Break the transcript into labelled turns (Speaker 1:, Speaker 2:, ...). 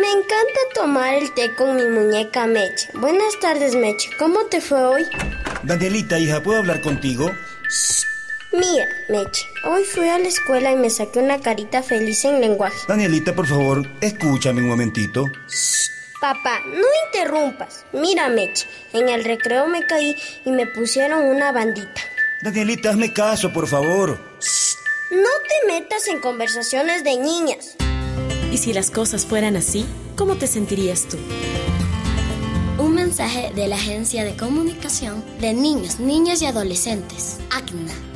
Speaker 1: Me encanta tomar el té con mi muñeca Meche. Buenas tardes, Meche. ¿Cómo te fue hoy?
Speaker 2: Danielita, hija, ¿puedo hablar contigo?
Speaker 1: Mira, Meche, hoy fui a la escuela y me saqué una carita feliz en lenguaje.
Speaker 2: Danielita, por favor, escúchame un momentito.
Speaker 1: Papá, no interrumpas. Mira, Meche, en el recreo me caí y me pusieron una bandita.
Speaker 2: Danielita, hazme caso, por favor.
Speaker 1: No te metas en conversaciones de niñas.
Speaker 3: ¿Y si las cosas fueran así, cómo te sentirías tú?
Speaker 4: Un mensaje de la Agencia de Comunicación de Niños, Niñas y Adolescentes, ACNA.